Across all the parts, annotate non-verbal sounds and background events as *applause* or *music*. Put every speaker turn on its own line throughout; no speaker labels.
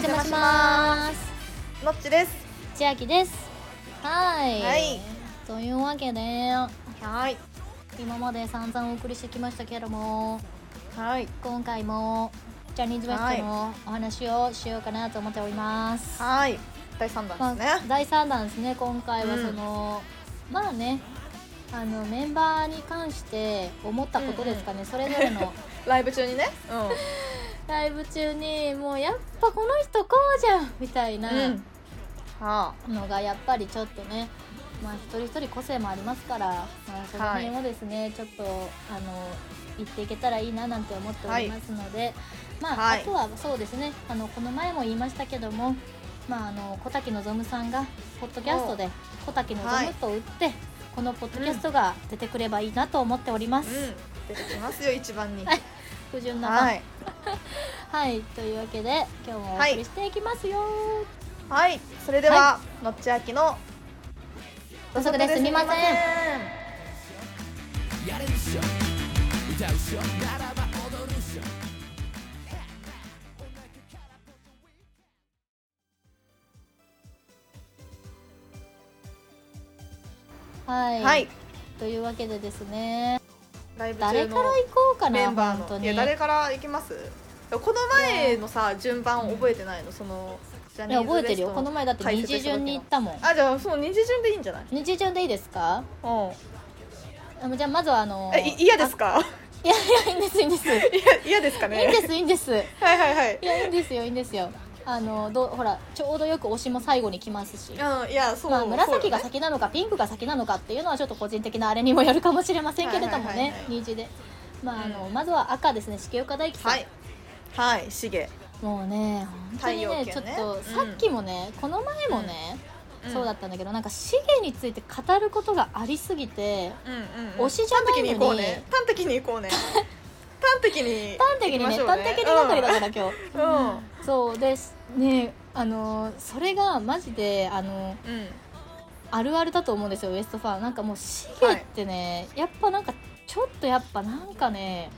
邪魔します
のっちです
千秋ですはい
はい
というわけで
はい
今まで散々お送りしてきましたけども
はい
今回もジャニーズ WEST のお話をしようかなと思っております、
はい第三弾で
ますあ
ね、
第3弾ですね今回は
うん
その、まあねあのメンバーに関して思ったことです
*laughs*
かね、それぞれの
ライブ中にね
ライブ中にもうやっぱこの人こうじゃんみたいな
うん、うん、はあ
のがやっぱりちょっとねまあ一人一人個性もありますから、まあ、その辺をですね、ちょっとあの言っていけたらいいななんて思っておりますので、まあ、
はい
あとはそうですねあのこの前も言いましたけども、まあ、あの小滝望さんがポッドキャストで「小滝望
はい」
と打って、このポッドキャストが出てくればいいなと思っておりま
う
す。
ん出てきますよ一番に
はい不純な、
はい
はい、というわけで今日もお送りしていきますよ。
はいそれでは、のっちあきの
遅くですみませんはい、
はい
というわけでですね
ライブ
誰
中
から行
の
こうか
メ
な
ンバー
本当
のい
に
や誰から行きますこの前のさ順番覚えてないのそのジャ
い
ニー
や
ズ
覚えてるよ
WEST
この前だって
解
二
説
次
した時の
順に行ったもん
あじゃあその二次順でいいんじゃない
二次順でいいですか
うん
あじゃあまずはあの
えい嫌です
*laughs*
か
あいやいやいいんですいいんですい
*laughs* いや嫌ですかね
いんですいいんです
はいはいはい
いやいいんですよいいんですよあのどうほらちょうどよく推しも最後に来ますし
うんいやそう、
まあ、紫が
そうよね
先なのかピンクが先なのかっていうのはちょっと個人的なあれにもよるかもしれませんけれども
はいはいはい
ね
はい
虹で、まああの
う
まずは赤ですね重岡大樹さん、
はいはいしげ、
もうね本当にねち
太
ょっ
陽系ね
と
うん
さっきもね、この前もね、
ん
そうだったんだけどなんかシゲについて語ることがありすぎて
うんうんうん、
推しじゃないのに
端的に行こ
*laughs*
うね端的に行こうね
端
端的に
的にね
行きましょう
端的にばかりだから今日、
うんうん
そうですねあのそれがマジであの
うん
あるあるだと思うんですよウエストファンなんかもうシゲってね、やっぱなんかちょっとやっぱなんかね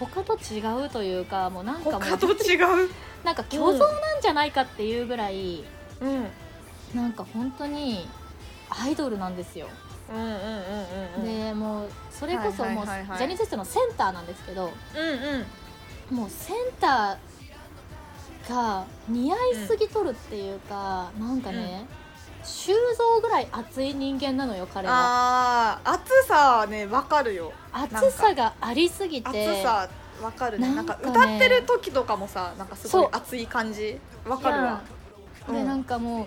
他と違うというかもうなんかもう
他と違う
なんか虚像なんじゃないかっていうぐらい、
うんうん
なんか本当にアイドルなんですよ、
うんうんうんうん
でもうそれこそもう、
はいはいはいはい
ジャニーズ WEST のセンターなんですけど
うんうん
もうセンターが似合いすぎとるっていうか、なんかね、修造ぐらい熱い人間なのよ彼は
あー暑さはねわかるよ
熱さがありすぎ
暑
て
さわかるねな
なんん
か
かね
歌ってる時とかもさなんかすごい
そう
熱い感じわかるわ
いや
う
で
ん
なんかもう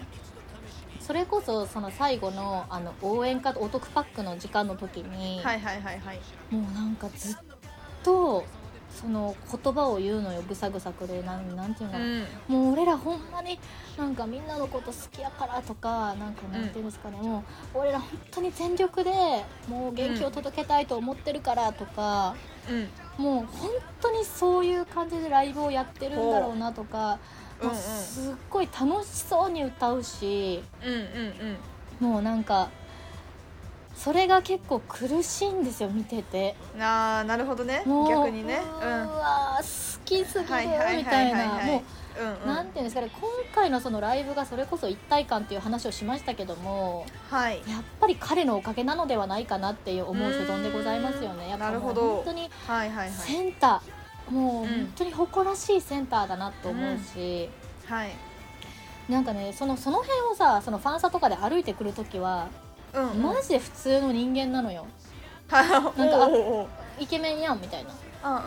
それこそその最後のあの応援歌とお得パックの時間の時に、
はいはいはいはい
もうなんかずっとその言葉を言うのよぐさぐさくでなんなんていう
う
の、
ん
もう俺らほんまになんかみんなのこと好きやからとかなんかなんていうんですかね、もう俺ら本当に全力でもう元気を届けたいと思ってるからとか、
うん
もう本当にそういう感じでライブをやってるんだろうなとか、
うん
もうすっごい楽しそうに歌うし
うんうんうん
もうなんかそれが結構苦しいんですよ見てて
うんあーなるほどね
もう
逆にね
う
う
ー
ん
わー好きすぎる
はいはい
み
は
た
い
い
はい
な
はい
も
うん
うなん
うん
ていうんですかね今回のそのライブがそれこそ一体感っていう話をしましたけども
はい
やっぱり彼のおかげなのではないかなっていう思う所存でございますよ
うーん
ねやっぱもう
なるほど
本当に
はいはいはい
センターもう
うん
本当に誇らしいセンターだなと思うし、
はい
なんかねそのその辺をさそのファンサとかで歩いてくる時は
うんうん
マジで普通の人間なのよ
*laughs* なん
か
おうおうおう
イケメンやんみたいな
うんうん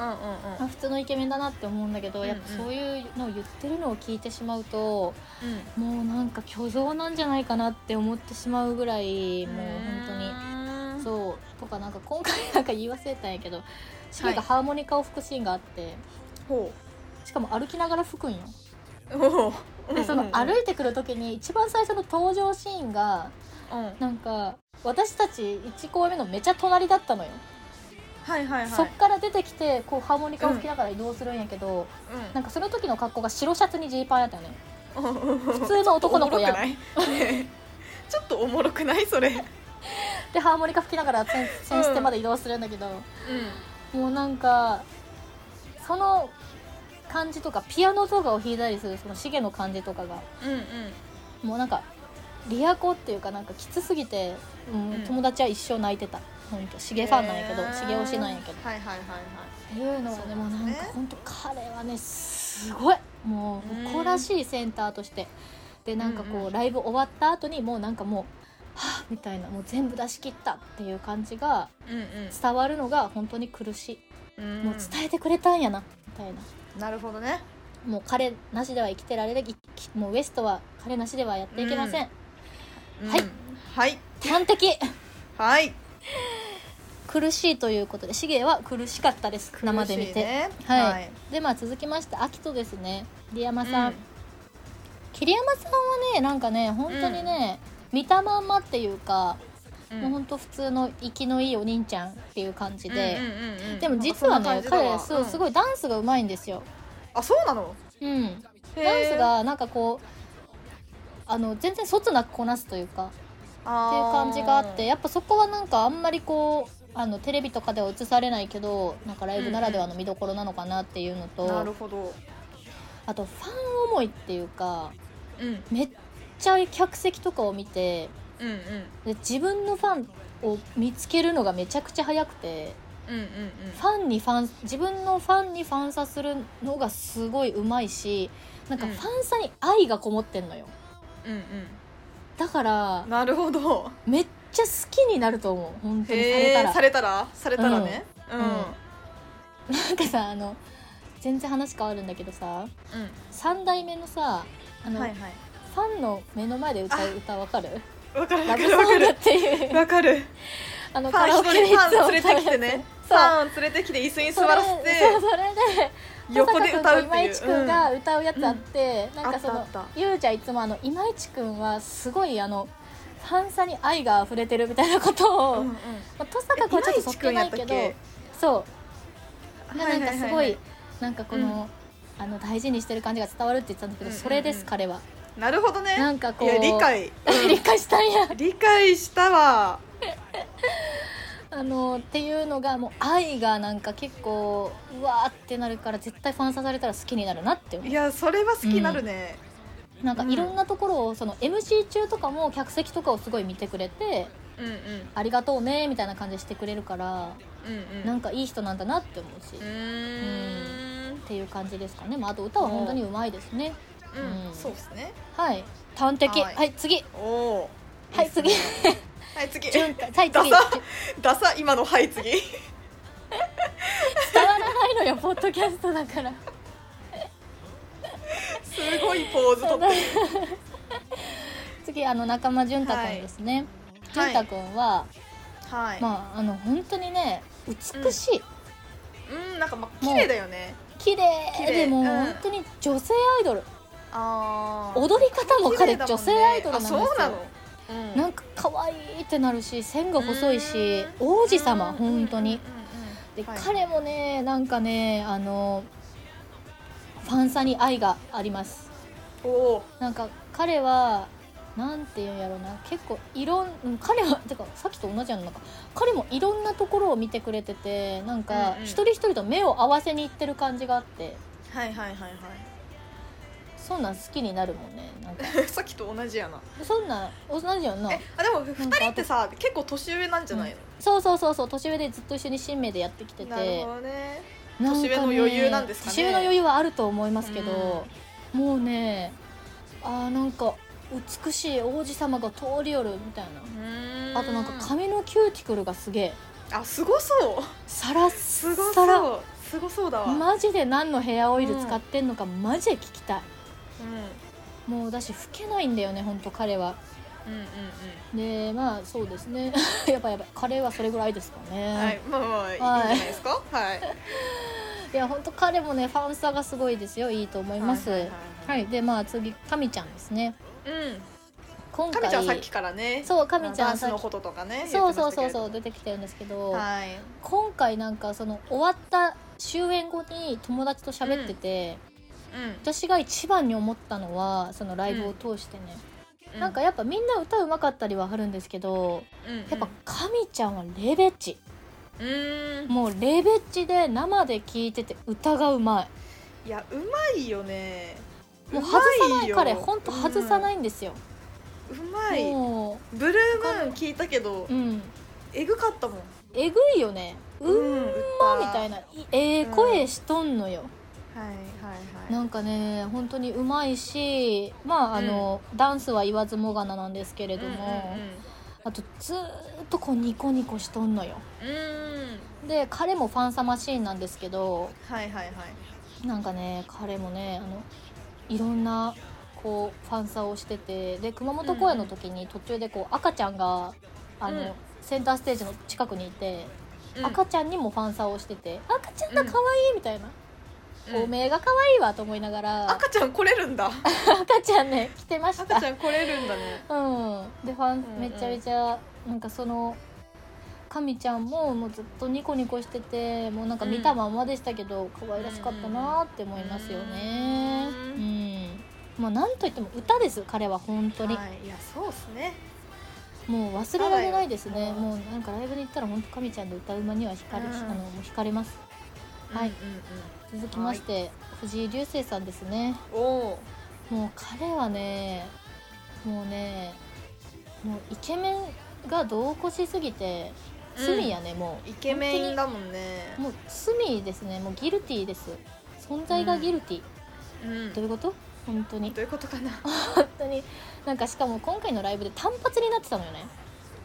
あ普通のイケメンだなって思うんだけど、やっぱ
うんうん
そういうのを言ってるのを聞いてしまうと
うんうん
もうなんか虚像なんじゃないかなって思ってしまうぐらいもう本当に
う
そうとかなんか今回なんか言い忘れたんやけどシゲがハーモニカを吹くシーンがあって
ほ
しかも歩きながら吹くんよ
うほう
でその歩いてくる時に一番最初の登場シーンが
うんうん
なんか私たち1公演目のめちゃ隣だったのよ、
はいはいは
そっ
い
から出てきてこうハーモニカを吹きながら移動するんやけど、なんかその時の格好が白シャツにジーパンやったよね
うんうんうん
普通の男の子や
おも
ん
ろくない *laughs* ちょっとおもろくないそれうん
でハーモニカ吹きながらセンセンステまで移動するんだけど、もうなんかその感じとかピアノとかを弾いたりするそのシゲの感じとかが
うんうん
もうなんかリアコっていうかなんかきつすぎて、うん
うん
友達は一生泣いてた本当シゲファンなんやけど、シゲ推しなんやけど
はいはいはいはい
っていうのは
そう
ね
だね
もうなんか本当彼はねすごいもう
うん
誇らしいセンターとしてでなんかこう、
うんうん
ライブ終わった後にもうなんかもうはぁみたいなもう全部出し切ったっていう感じが
う
伝わるのが本当に苦しい、
んうん
もう伝えてくれたんやなみたいな
なるほどね
もう彼なしでは生きてられないきもうウエストは彼なしではやっていけません、
うん
はい
はい
完璧
はい
苦しいということでシゲは苦しかったです生で見、
苦していね
はいでまあ続きまして秋とですね桐山さん、桐山さんはねなんかね本当にね、見たまんまっていうか、
うん
もう本当普通の生きのいいお兄ちゃんっていう感じで、
うんうんうんうん
でも実は
なん
ね
かそんな
彼
感じだ
そう
わ
す
うん
ごいダンスがうまいんですよ、
あそうなの
うん、
へー
ダンスがなんかこうあの全然そつなくこなすというかって
あ
いう
ー
感じがあってやっぱそこはなんかあんまりこうあのテレビとかでは映されないけどなんかライブならではの見どころなのかなっていうのと、
なるほど
あとファン思いっていうか
うんうん
めっちゃ客席とかを見て
うん
で自分のファンを見つけるのがめちゃくちゃ早くて
うんうん
ファンにファン自分のファンにファンさするのがすごいうまいしなんか
うん
ファンさに愛がこもってんのよ
うんうん
だから
うんなるほど
めっちゃ好きになると思う本当にされ
へ
た
え
ら
されたらされたらねうん
んなんかさあの全然話変わるんだけどさ3代目のさあ
うん
の、
はいはい
ファンの目の前で歌う歌わかる
わかる
ラ
わか
ブ
る
ソ
わか
ングっ
る
ていう
わかる
あの
ファ
カラ
ン
オケ
一
でい
人
つ
ファ
も歌う
ン連れてきてねフ
そう
ァン連れてきて椅子に座らせて
*laughs* そうそれで
横で歌うって
今
いう
市くんが歌うやつあって、
ん
なんかそ
あ
の
ったあっ
ゆうちゃんいつもあの今市くんはすごいあのファンさに愛が溢れてるみたいなことを、
うんうん
まあ、登坂君はちょっとそっけないけど
え今市くんやったっ
そうがなんかすごい,、
はいはいはいはい
なんかこの、あの大事にしてる感じが伝わるって言ってたんだけど、
うんうんうん
それです彼は
なるほどね
なんかこ
いうや理解、うん
理解したんや *laughs*
理解したわ
あのっていうのがもう愛がなんか結構うわーってなるから絶対ファンさされたら好きになるなって思う
いやそれは好きになるね、
なんかいろんなところをその MC 中とかも客席とかをすごい見てくれて
うん、うん
ありがとうねみたいな感じしてくれるから
うんうん
なんかいい人なんだなって思うし、
う
っ
ーん
ていう感じですかね、まあ、あと歌は本当にうまいですね
うん
うん
そうですね
はい端的は、
はいい
次
おおー
はい次
はい次
順はい次
ダ
伝
サ
わ
ダサ今のはい次 *laughs*
らないのよポッドキャストだから
すごいポーズとって
次あの中間淳太くんですね、
はい
淳太くんは、
はい、
まああの本当にね美しい、
うんなんかまあ綺麗だよね
綺
綺
麗
麗
でも、
うん
本当に女性アイドル
あー
踊り方も彼、
綺麗だんね
女性アイドルなんですよ
あそうなの、うん
なんか可愛いってなるし線が細いし王子様本当にで、彼もねなんかねあのファンさに愛があります
おお
なんか彼はなんて言うんやろうな結構いろんうん彼はてかさっきと同じやんなんか彼もいろんなところを見てくれててなんか
うんうん
一人一人と目を合わせに行ってる感じがあって
ーはいはいはいは
そんなん好きになるもんねなんか
い *laughs* さっきと同じやな
そんなん同じやんな
*laughs* えあでも
か
二人ってさ結構年上なんじゃないの、
そうそうそうそう年上でずっと一緒に新名でやってきてて
なるほどね
なんかね
年上の余裕なんですかね
年上の余裕はあると思いますけど、もうねあーなんか美しい王子様が通り寄るみたいなあとなんか髪のキューティクルがすげえ
あすごそう
サラッ
すご
サラ
そうすごそうだわ、
マジで何のヘアオイル使ってんのか、マジで聞きたい
うん
もう私老けないんだよねほんと彼は
うんう
で
ん
まあそうですね *laughs* やっぱやっぱ彼はそれぐらいですか
う
ね、
んはいまあまあいいんじゃないですかはい
いや本当彼もねファンさがすごいですよいいと思いますは
はいいはいはいはい
でまあ次かみちゃんですね
うん
今
か
回
みちゃんさっきからね
そうかみちゃ
ダ
ん
ンス
さっ
の
き
こととかね
そうそうそうそう
言
出
って
きてるんですけど、
てましたけれど
今回なんかその終わった終演後に友達と喋ってて、
はい
私が一番に思ったのはそのライブを通してね、
う
なんかやっぱみんな歌うまかったりはあるんですけど、やっぱかみちゃんはレベチ
うんうん
もうレベチで生で聴いてて歌がうまい
いやうまいよね
もう外さな
うま
い
よ
彼本当外さないんですよ、
うんうまい
も
ブルームーン聞いたけ
う
ど
うん
えぐかったもん
えぐいよねう
うん
ん
歌
まみたいないええ声しとんのよ、
はいはいはい
なんかね本当にうまいしまああの、ダンスは言わずもがななんですけれども、あとずーっとこうニコニコしとんのよ
うんうんうん、うん
で彼もファンサマシーンなんですけど
はいはいはい
なんかね彼もねあのいろんなこうファンサをしててで熊本公演の時に途中でこう赤ちゃんがあの、
うん
センターステージの近くにいて、
うん
赤ちゃんにもファンサをしてて「赤ちゃんが可愛いみたいな「
うん
おめえが可愛いわ」と思いながら
赤ちゃん来れるんだ
赤ちゃんね来てました
赤ちゃん来れるん *laughs* だね
うん、でファン、
うんうん
めちゃめちゃなんかそのかみちゃんももうずっとニコニコしててもうなんか見たまんまでしたけど、可愛らしかったなって思いますよね
う
うん、もうなんといっても歌です彼は本当に、
はい、いやそうっすね
もう忘れられないですね
あらよ
もうなんかライブに行ったら本当かみちゃんで歌う間には惹かれ,、
うん
あのもう惹かれますはい
うんうん
続きまして、藤井流星さんですね
うん、おお
もう彼はねもうねもうイケメンが度を越しすぎて
うん
罪やね、もう
イケメンだもんね
本当にもう罪ですねもうギルティーです存在がギルティー、
うん
ど
ど
ういうこと本当に
ういうことかな
本当になんかしかも今回のライブで単発になってたのよね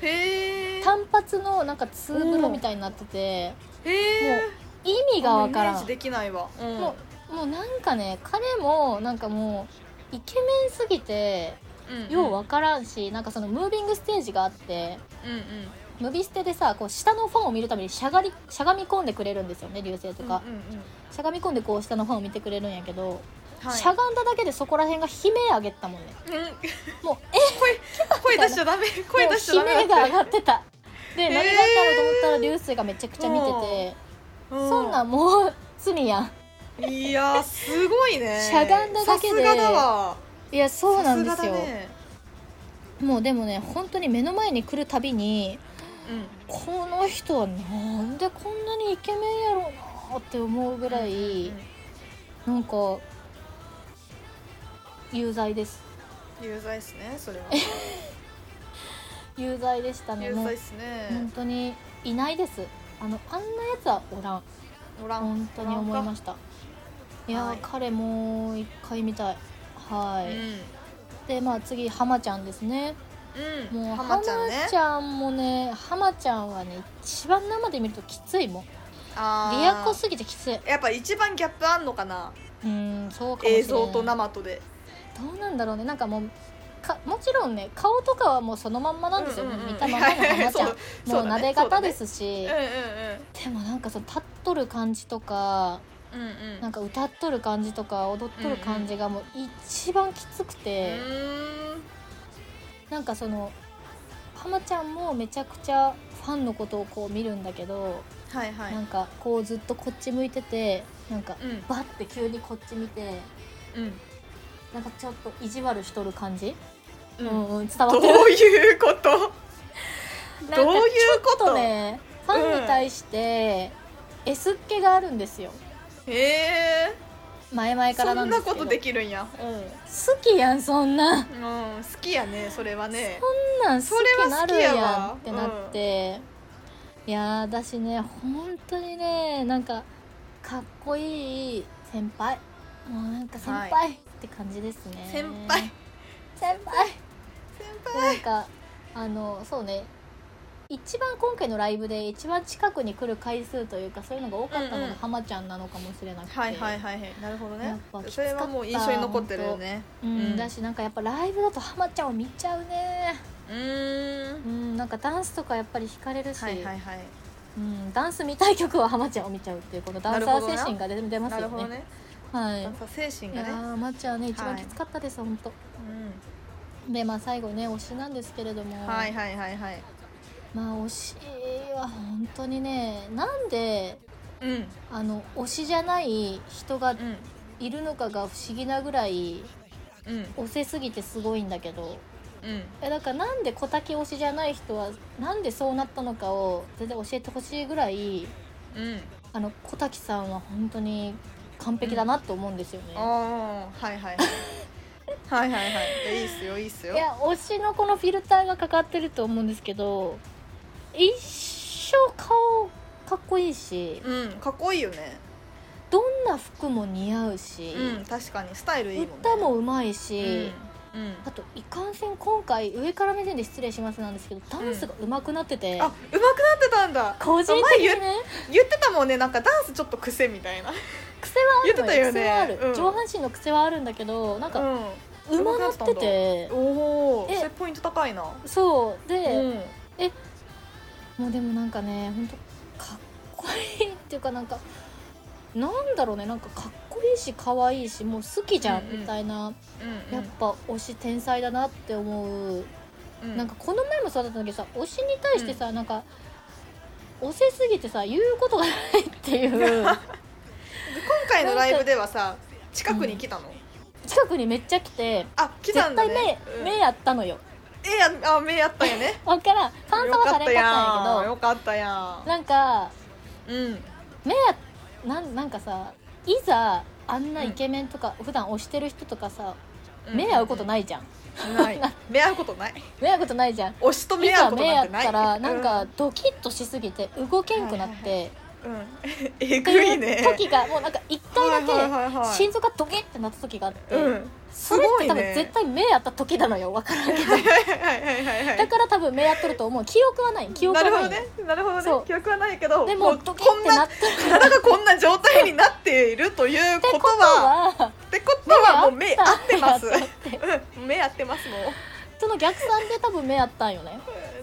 へえ
単発のなんかツーブロみたいになってて
へえ
意味がわから
イメ
ん
ージできないわ、うん、
もうもうなんかね彼もなんかもうイケメンすぎて
うんうん
ようわからんしなんかそのムービングステージがあって
うんうん
ムビステでさこう下のファンを見るためにしゃがりしゃがみ込んでくれるんですよね流星とか、
うんうんうん
しゃがみ込んでこう下のファンを見てくれるんやけど、
はい、
しゃがんだだけでそこら辺が悲鳴上げてたもんね
うん
もう
*laughs* 声出しちゃダメ声出しち
*laughs*
ゃダ
もう
メ
悲鳴が上
だ
が
って
ってたで何
ー
があったろうと思ったら流星がめちゃくちゃ見てて、そんなんもう罪やん
うんいやすごいね
しゃがんだだけで
さすがだわ
いやそうなんですよ、
さがだね
もうでもね本当に目の前に来るたびに
うん
この人はなんでこんなにイケメンやろうなって思うぐらい、
うん
なんか有罪です
有罪ですねそれは
有罪でしたね
有
もう
罪です
本
ね
当にいないですあのあんなやつはおらん
おらん
本当に思いま
し
したいやー、
はい
彼もう一回見たいは
たう
い、
ん
でまあ次浜ちゃんですね
うん
もう
浜ちゃんね
浜ちゃんもね浜ちゃんはね一番生で見るときついもんリ
あー
アコすぎてきつい
やっぱ一番ギャップあんのかな
うんそうかもしれない
映像と生とで
どうなんだろうねなんかもうかもちろんね顔とかはもうそのまんまなんですよ、
うんうんうん
見たまんまの浜ちゃん
*laughs* そう
もう
そうだ
撫
ね
で方ですし、
うんう
でもなんかその立っとる感じとか
んうんうんう
なんんか歌っとる感じとか踊っとる感じがもう一番きつく
う
て、
ーん
なんかその浜ちゃんもめちゃくちゃファンのことをこう見るんだけど、
はいはい
なんかこうずっとこっち向いててなんか
うん
バッて急にこっち見て
うん
なんかちょっと意地悪しとる感じ、うん、
うん
うん伝わ
ど
っ
う
てる
いう *laughs* こと
なんか
どういう
ちょ
こ
っ
と
とねファンに対してエスっ気があるんですよ
へえ
前々から
そ
なん
ん
で
な
すけど
ことできるんや
うん、好きやんそんな
うん好きやねそれはね
そんなん好
それ
き
は
な
好
る
きや
やん
わ
ってなって、いやーだしね本当にねなんかかっこいい先輩もうなんか先
は
輩って感じですね、
先輩
先輩
先
なんかあのそうね一番今回のライブで一番近くに来る回数というかそういうのが多かったの
うんう
が
ん
浜ちゃんなのかもしれなくて、
はいはいはいはいなるほど
や
ね
っぱきつ
そ
かった
れはもう印象に残ってるよね
うん
うん
だしなんかやっぱライブだと浜ちゃんを見ちゃうね
うーん
うんなんかダンスとかやっぱり惹かれるし、
はいはいはい
うん、ダンス見たい曲は浜ちゃんを見ちゃうっていうこのダンサー精神が出出ます
な
よ
るほど
ね
ね
はい
なんか精神
い
が
や
ね
ー浜ちゃんね一番
はい
きつかったです、本当
う
でまあ最後ね推しなんですけれども、
んはいはいはいはい
まあ推しは本当にねなんで
うんうん
あの推しじゃない人がいるのかが不思議なぐらい
うん
推せすぎてすごいんだけど
うん
えだからなんで小竹推しじゃない人はなんでそうなったのかを全然教えてほしいぐらい
うん
あの小滝さんは本当に完璧だなと思うんですよね、
あーはいはいはいはいはいはいいやいいっすよいいっすよ
いや推しのこのフィルターがかかってると思うんですけど一生顔かっこいいし
うんかっこいいよね
どんな服も似合うし、
うん確かにスタイルいいもんね
歌もうまいうし
ん、うん
あといかんせん今回上から目線で失礼しますなんですけどダンスが上手くなってて、
あ上手くなってたんだ
個人的にね
言ってたもんねなんかダンスちょっと癖みたいな
癖はあるの
言
よ
ってたよね
癖はある、
うん
上半身の癖はあるんだけどなんか
う
上手くなってて
ん、おお
え
それポイント高いな
そうで、
うん
もうでもなんかね本当かっこいいっていうかなんかなんだろうねなんかかっこいいし可愛いしもう好きじゃ
うんんうん
みたいな、
うん
やっぱ推し天才だなって思う、
うん
なんかこの前もそうだったんだけどさ推しに対してさ、なんか推せすぎてさ言うことがないっていう
*laughs* 今回のライブではさ近くに来たの
近くにめっちゃ来て
あ来たん
絶
だ
対
ね
目,、
うん
目やったのよ
えやあ目やったよ
*laughs*
ね
わからん感
よ
想は
か
さ
っ
れ
た
んか
や
ったん
ん
や
よかったや
けどなんか
んうん
目やなんなんかさいざあんなイケメンとか、普段推してる人とかさ目合うことないいじゃん、
ない目合うことない
目合うことないじゃん
推しと
い
目合
ざ
うこと
目
な
合
ん
って
ない
たらなん
う
か
ん
ドキッとしすぎて動けんくなっ
は
て
うんえ
って
ぐいね
いう時がもうなんか一回
はい
だ
はいはいは
け
い
心臓がドキッてなった時があって、
うん
それって多
すごい
分
ね
絶対目合った時なのよわからんけど
はいはいはいはい
だから多分目合ってると思う記憶はない記憶は
なるほ
ない
ど
よ
ねなるほ
そ
ど
う
ね記憶はないけど
で
も
も
う
ドキ
こ
ッ
ん
てな
な
ったって
体がこんな *laughs* 状態になっているというこ
ことと
は
は
ってことはもう目
目
合
合
っ
ってた
ます
目合っ
*laughs* うん目合ってますも
その逆算で多分目合ったんよね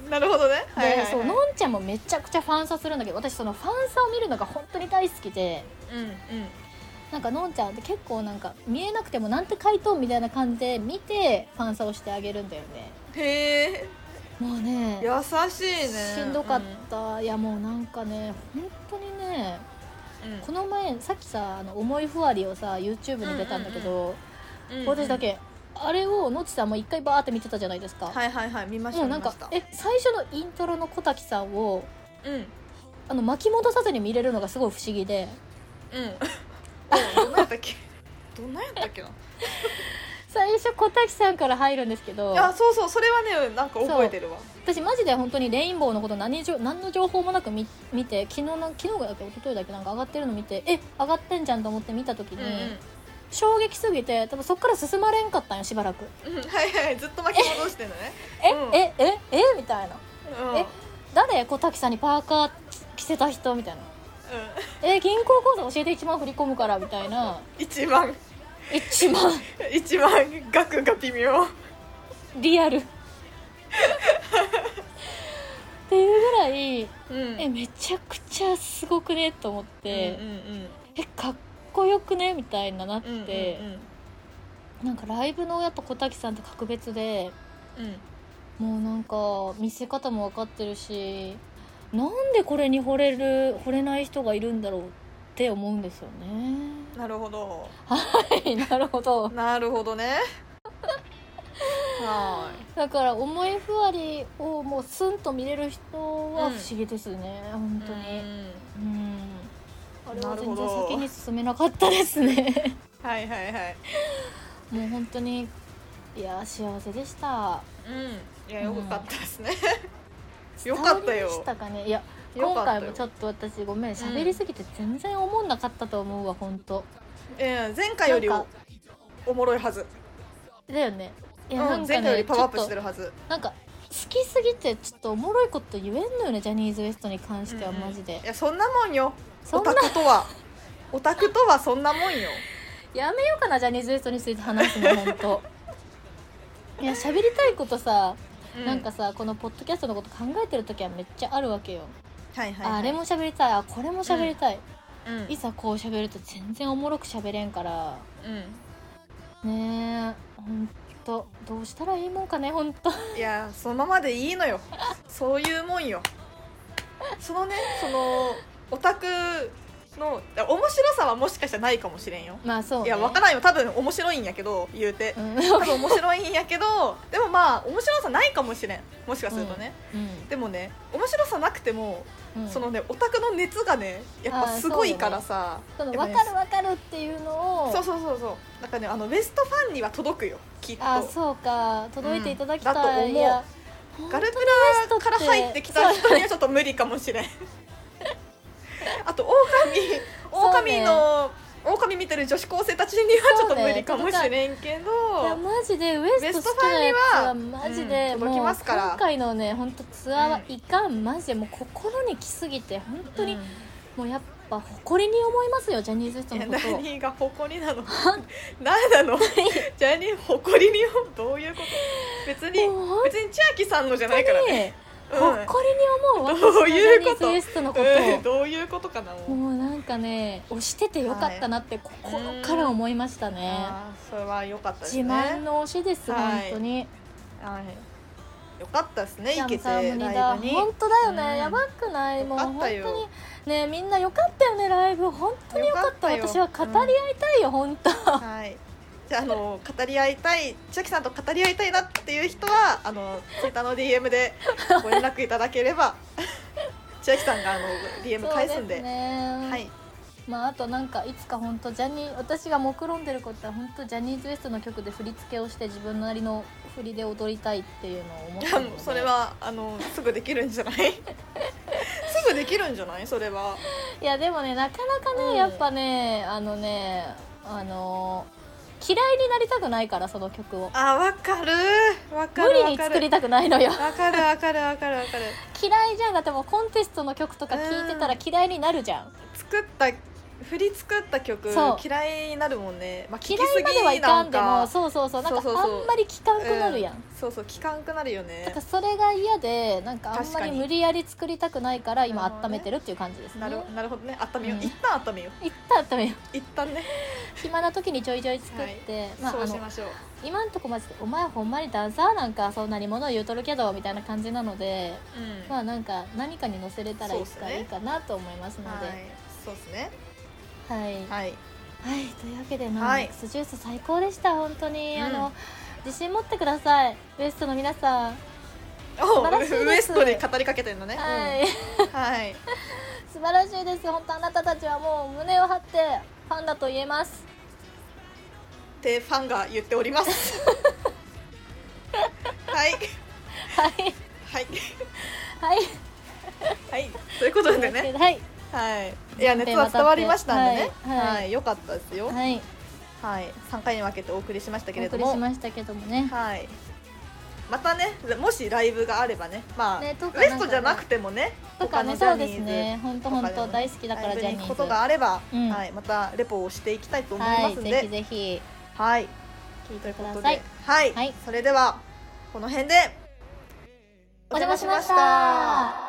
うなるほどね
で、
はいはいはい
そうのんちゃんもめちゃくちゃファンサするんだけど私そのファンサを見るのが本当に大好きで
うんうん
なんかのんちゃんって結構なんか見えなくてもなんて回答みたいな感じで見てファンサをしてあげるんだよね
へえ
もうね
優しいね
しんどかった、いやもうなんかね本当にね
うん
この前さっきさ「あの重いふわり」をさ YouTube に出たんだけど、
うん
私だけあれをのちさんも一回バーって見てたじゃないですか、
はいはいはい見まし
も
た
うな
見
ん
ま
か
した
え最初のイントロの小滝さんを
うんうん
あの巻き戻さずに見れるのがすごい不思議で
*laughs* おうどんなんやったっけどんなんやったっけな
最初小滝さんから入るんですけど
あそうそうそれはねなんか覚えてるわ
私マジで本当にレインボーのこと何じょ何の情報もなく見見て昨日な昨日だっけ一昨日だっけなんか上がってるの見てえ上がってんじゃんと思って見た時
うん
に、
う
衝撃すぎて多分そっから進まれんかったんよしばらく
んうんはいはいずっと巻き戻してんのね
え、
うん
えええみたいな
うん
え誰小滝さんにパーカー着せた人みたいな
う
え銀行口座教えて1万振り込むからみたい
*laughs*
なん
一番
1万
一番額が微妙
リ
*laughs*
アルっていうぐらい
うん
えめちゃくちゃすごくねと思って、
うんうん
えかっこよくねみたいななって、
うんうんうん
なんかライブのやっぱ小滝さんって格別で
うん
もうなんか見せ方も分かってるしなんでこれに惚れる惚れない人がいるんだろうって思うんですよね
なるほど
はいなるほど
*laughs* なるほどねは
だから思いふわりをもうスンと見れる人は不思議ですね、
い
本当に
う
うんあれは全
なる
然
ほど
先に進めなかったですね
んはいはいはい
もう本当にいや幸せでした
うんいや
う
よ
ん
かったですね
伝
*laughs* よ
わ
か
り
った
まし
よ
たかねいや
よ
今
かったよ
回もちょっと私ごめん喋りすぎて全然思んなかったと思うわ本当
ええ前回より
なん
お
か
おもろいはず
だよねい
うん
やなんか
前回よ
ね
り
ち
パ
ょ
ワーア
っ
ップして
と
るはず
なんか好きすぎてちょっとおもろいこと言えんのよねジャニーズ WEST に関しては
うんうん
マジで
いやそんなもんよ
そ
オ
んな
タクとはオタクとはそんなもんよ
やめようかなジャニーズ WEST について話す
*laughs*
の本当いや喋りたいことさ、
う
なんかさこのポッドキャストのこと考えてる時はめっちゃあるわけよ、
はいはいはい
あれも喋りたいあこれも喋りたい、
うん
いざこう喋ると全然おもろく喋れんから
う
ねえほんとどうしたらいいもんかねほんと *laughs*
んいやそのままでいいのよそういうもんよそのねそのオタクのいや面白さはもしかしたらないかもしれんよ
まあそう、ね、
いやわからんよ多分面白いんやけど言うて
うん、
多分面白いんやけどでもまあ面白さないかもしれんもしかするとね、
うん
でもね面白さなくても
うん
そのねオタクの熱がねやっぱすごいからさ
その
やっぱ
分
ね
かる分かるっていうのを
そうそうそうそうなんかねあのウエストファンには届くよきっと
あそうか届いていただきたい、
うんだと思う
いや
ガルプ
ト
ラ
って
から入ってきた人にはちょっと無理かもしれんあと狼
そうね
狼の狼見てる女子高生たちにはちょっと無理かもしれんけ
いや
ど
マジでウエスト好きなやつはマジで、
うん
もう
届きますから
今回のね本当ツアーは
うん
いかん、マジでもう心に来すぎて本当に、
うん
もうやっぱ誇りに思いますよジャニーズ人
い
の
や
ことを
何が誇りなの何なのジャニー誇りによどういうこと別に
もう本
別に千秋さんのじゃな
当
いからね、
に
うん
誇りに思う私
ど
の
う
ジ
い
ャ
う
ニ
こ
ーズ
と
ウエストのこ
う
と
んどういうことかなもう
をもうなんかね押しててよかったなって心から思いましたね、
あーそれは良かったです
自
ね
慢の推しです、
はい
本当に
はい、よかったですね、
ジ
い
ャ
け
ム
て
サ
ラ
ームリ
イ
だ
ブに。
本当だよね、
うん
やばくないもう
よ
本
かっ
当
た
に
よ
ねみんなよかったよねライブ本当によかった
よかった
私
よ
は語り合いたいよ、本当
はい。じゃあ、あの、語り合いたい、千秋さんと語り合いたいなっていう人は、あの、ツイッターの DM でご連絡いただければ、千秋さんがあの DM 返すんで。
そうね
はい、
まああとなんかいつか本当ジャニー私が目論んでることは本当ジャニーズ WEST の曲で振り付けをして自分なりの振りで踊りたいっていうのを思っ
い
て
や
るの
もう
で
それはあのすぐできるんじゃないすぐできるんじゃないそれはい
やでもねなかなかね、
うん
やっぱねあのねあの嫌いになりたくないからその曲を
あわかるわか
無
る
理
わ
に
か
作
る
りたくないのよ *laughs*
わかるわかるわかるわかる
嫌いじゃんだってもうコンテストの曲とか聴いてたら嫌いになるじゃん、
作った振り作った曲
そう
嫌いになるもんね、まあ、
嫌いまではいかんでもそうそうそうなんか
そうそうそう
あんまり聞かんくなるやん、
うそうそう聞かんくなるよ
だ
ね
からそれが嫌でなんかあん
確
ま
か
り
に
無理やり作りたくないから今
なるほど
温
ね
めてるっていう感じですね
なるなるほどね温めよう、
うん
一旦温めよう
一旦温めよう
一旦ね、
暇な時にちょいちょい作って、まあ
そう
あ
し
の
ましょう
今んとこマジで「お前ほんまにダンサーなんかそう何者言うとるけど」みたいな感じなので
うん
まあなんか何かに載せれたらいつ
そうっ
か
すね
いいかなと思いますの
は
で
いそうですね
はい、
はい
はい、というわけで、まあ
はい
ミックスジュース最高でした、本当に、
うん
あの。自信持ってください、ウエストの皆さん。
お
晴らしいです
ウエストに語りかけてんのね
はい、 *laughs*
うんはい、
素晴らしいです、本当あなたたちはもう胸を張って、ファンだと言えます。
ってファンが言っております
*laughs*
は
は
い
い、
はい
はい、
はいということでね
はい、
はいいや熱
で
は
また
伝わりましたんでね
はいはい
はい、良かったですよ
はい、
はい、三回に分けてお送りしましたけ
お
れ
送
ど
り
も
しましたけどもね。
はい。またね、もしライブがあればね、まあ、
ねとか
ウエストじゃなくてもね、
とかね、
他
そ
の
う
ジ
で
ャニ
す
ーズ
ね、本当
とか
本
でも
当
ね
大好きだから、
ライブ
ジャ
に
ニ
行
ー
く
ズ。
ことがあれば、
うん
はい、またレポをしていきたいと思いま
はい、
すん
ぜひ
で、
ぜひ、
はい、
聞い
と
て
いう
く
こ
だ
と
さい
で。、はい、
はい
それではこの辺で
お邪魔しました。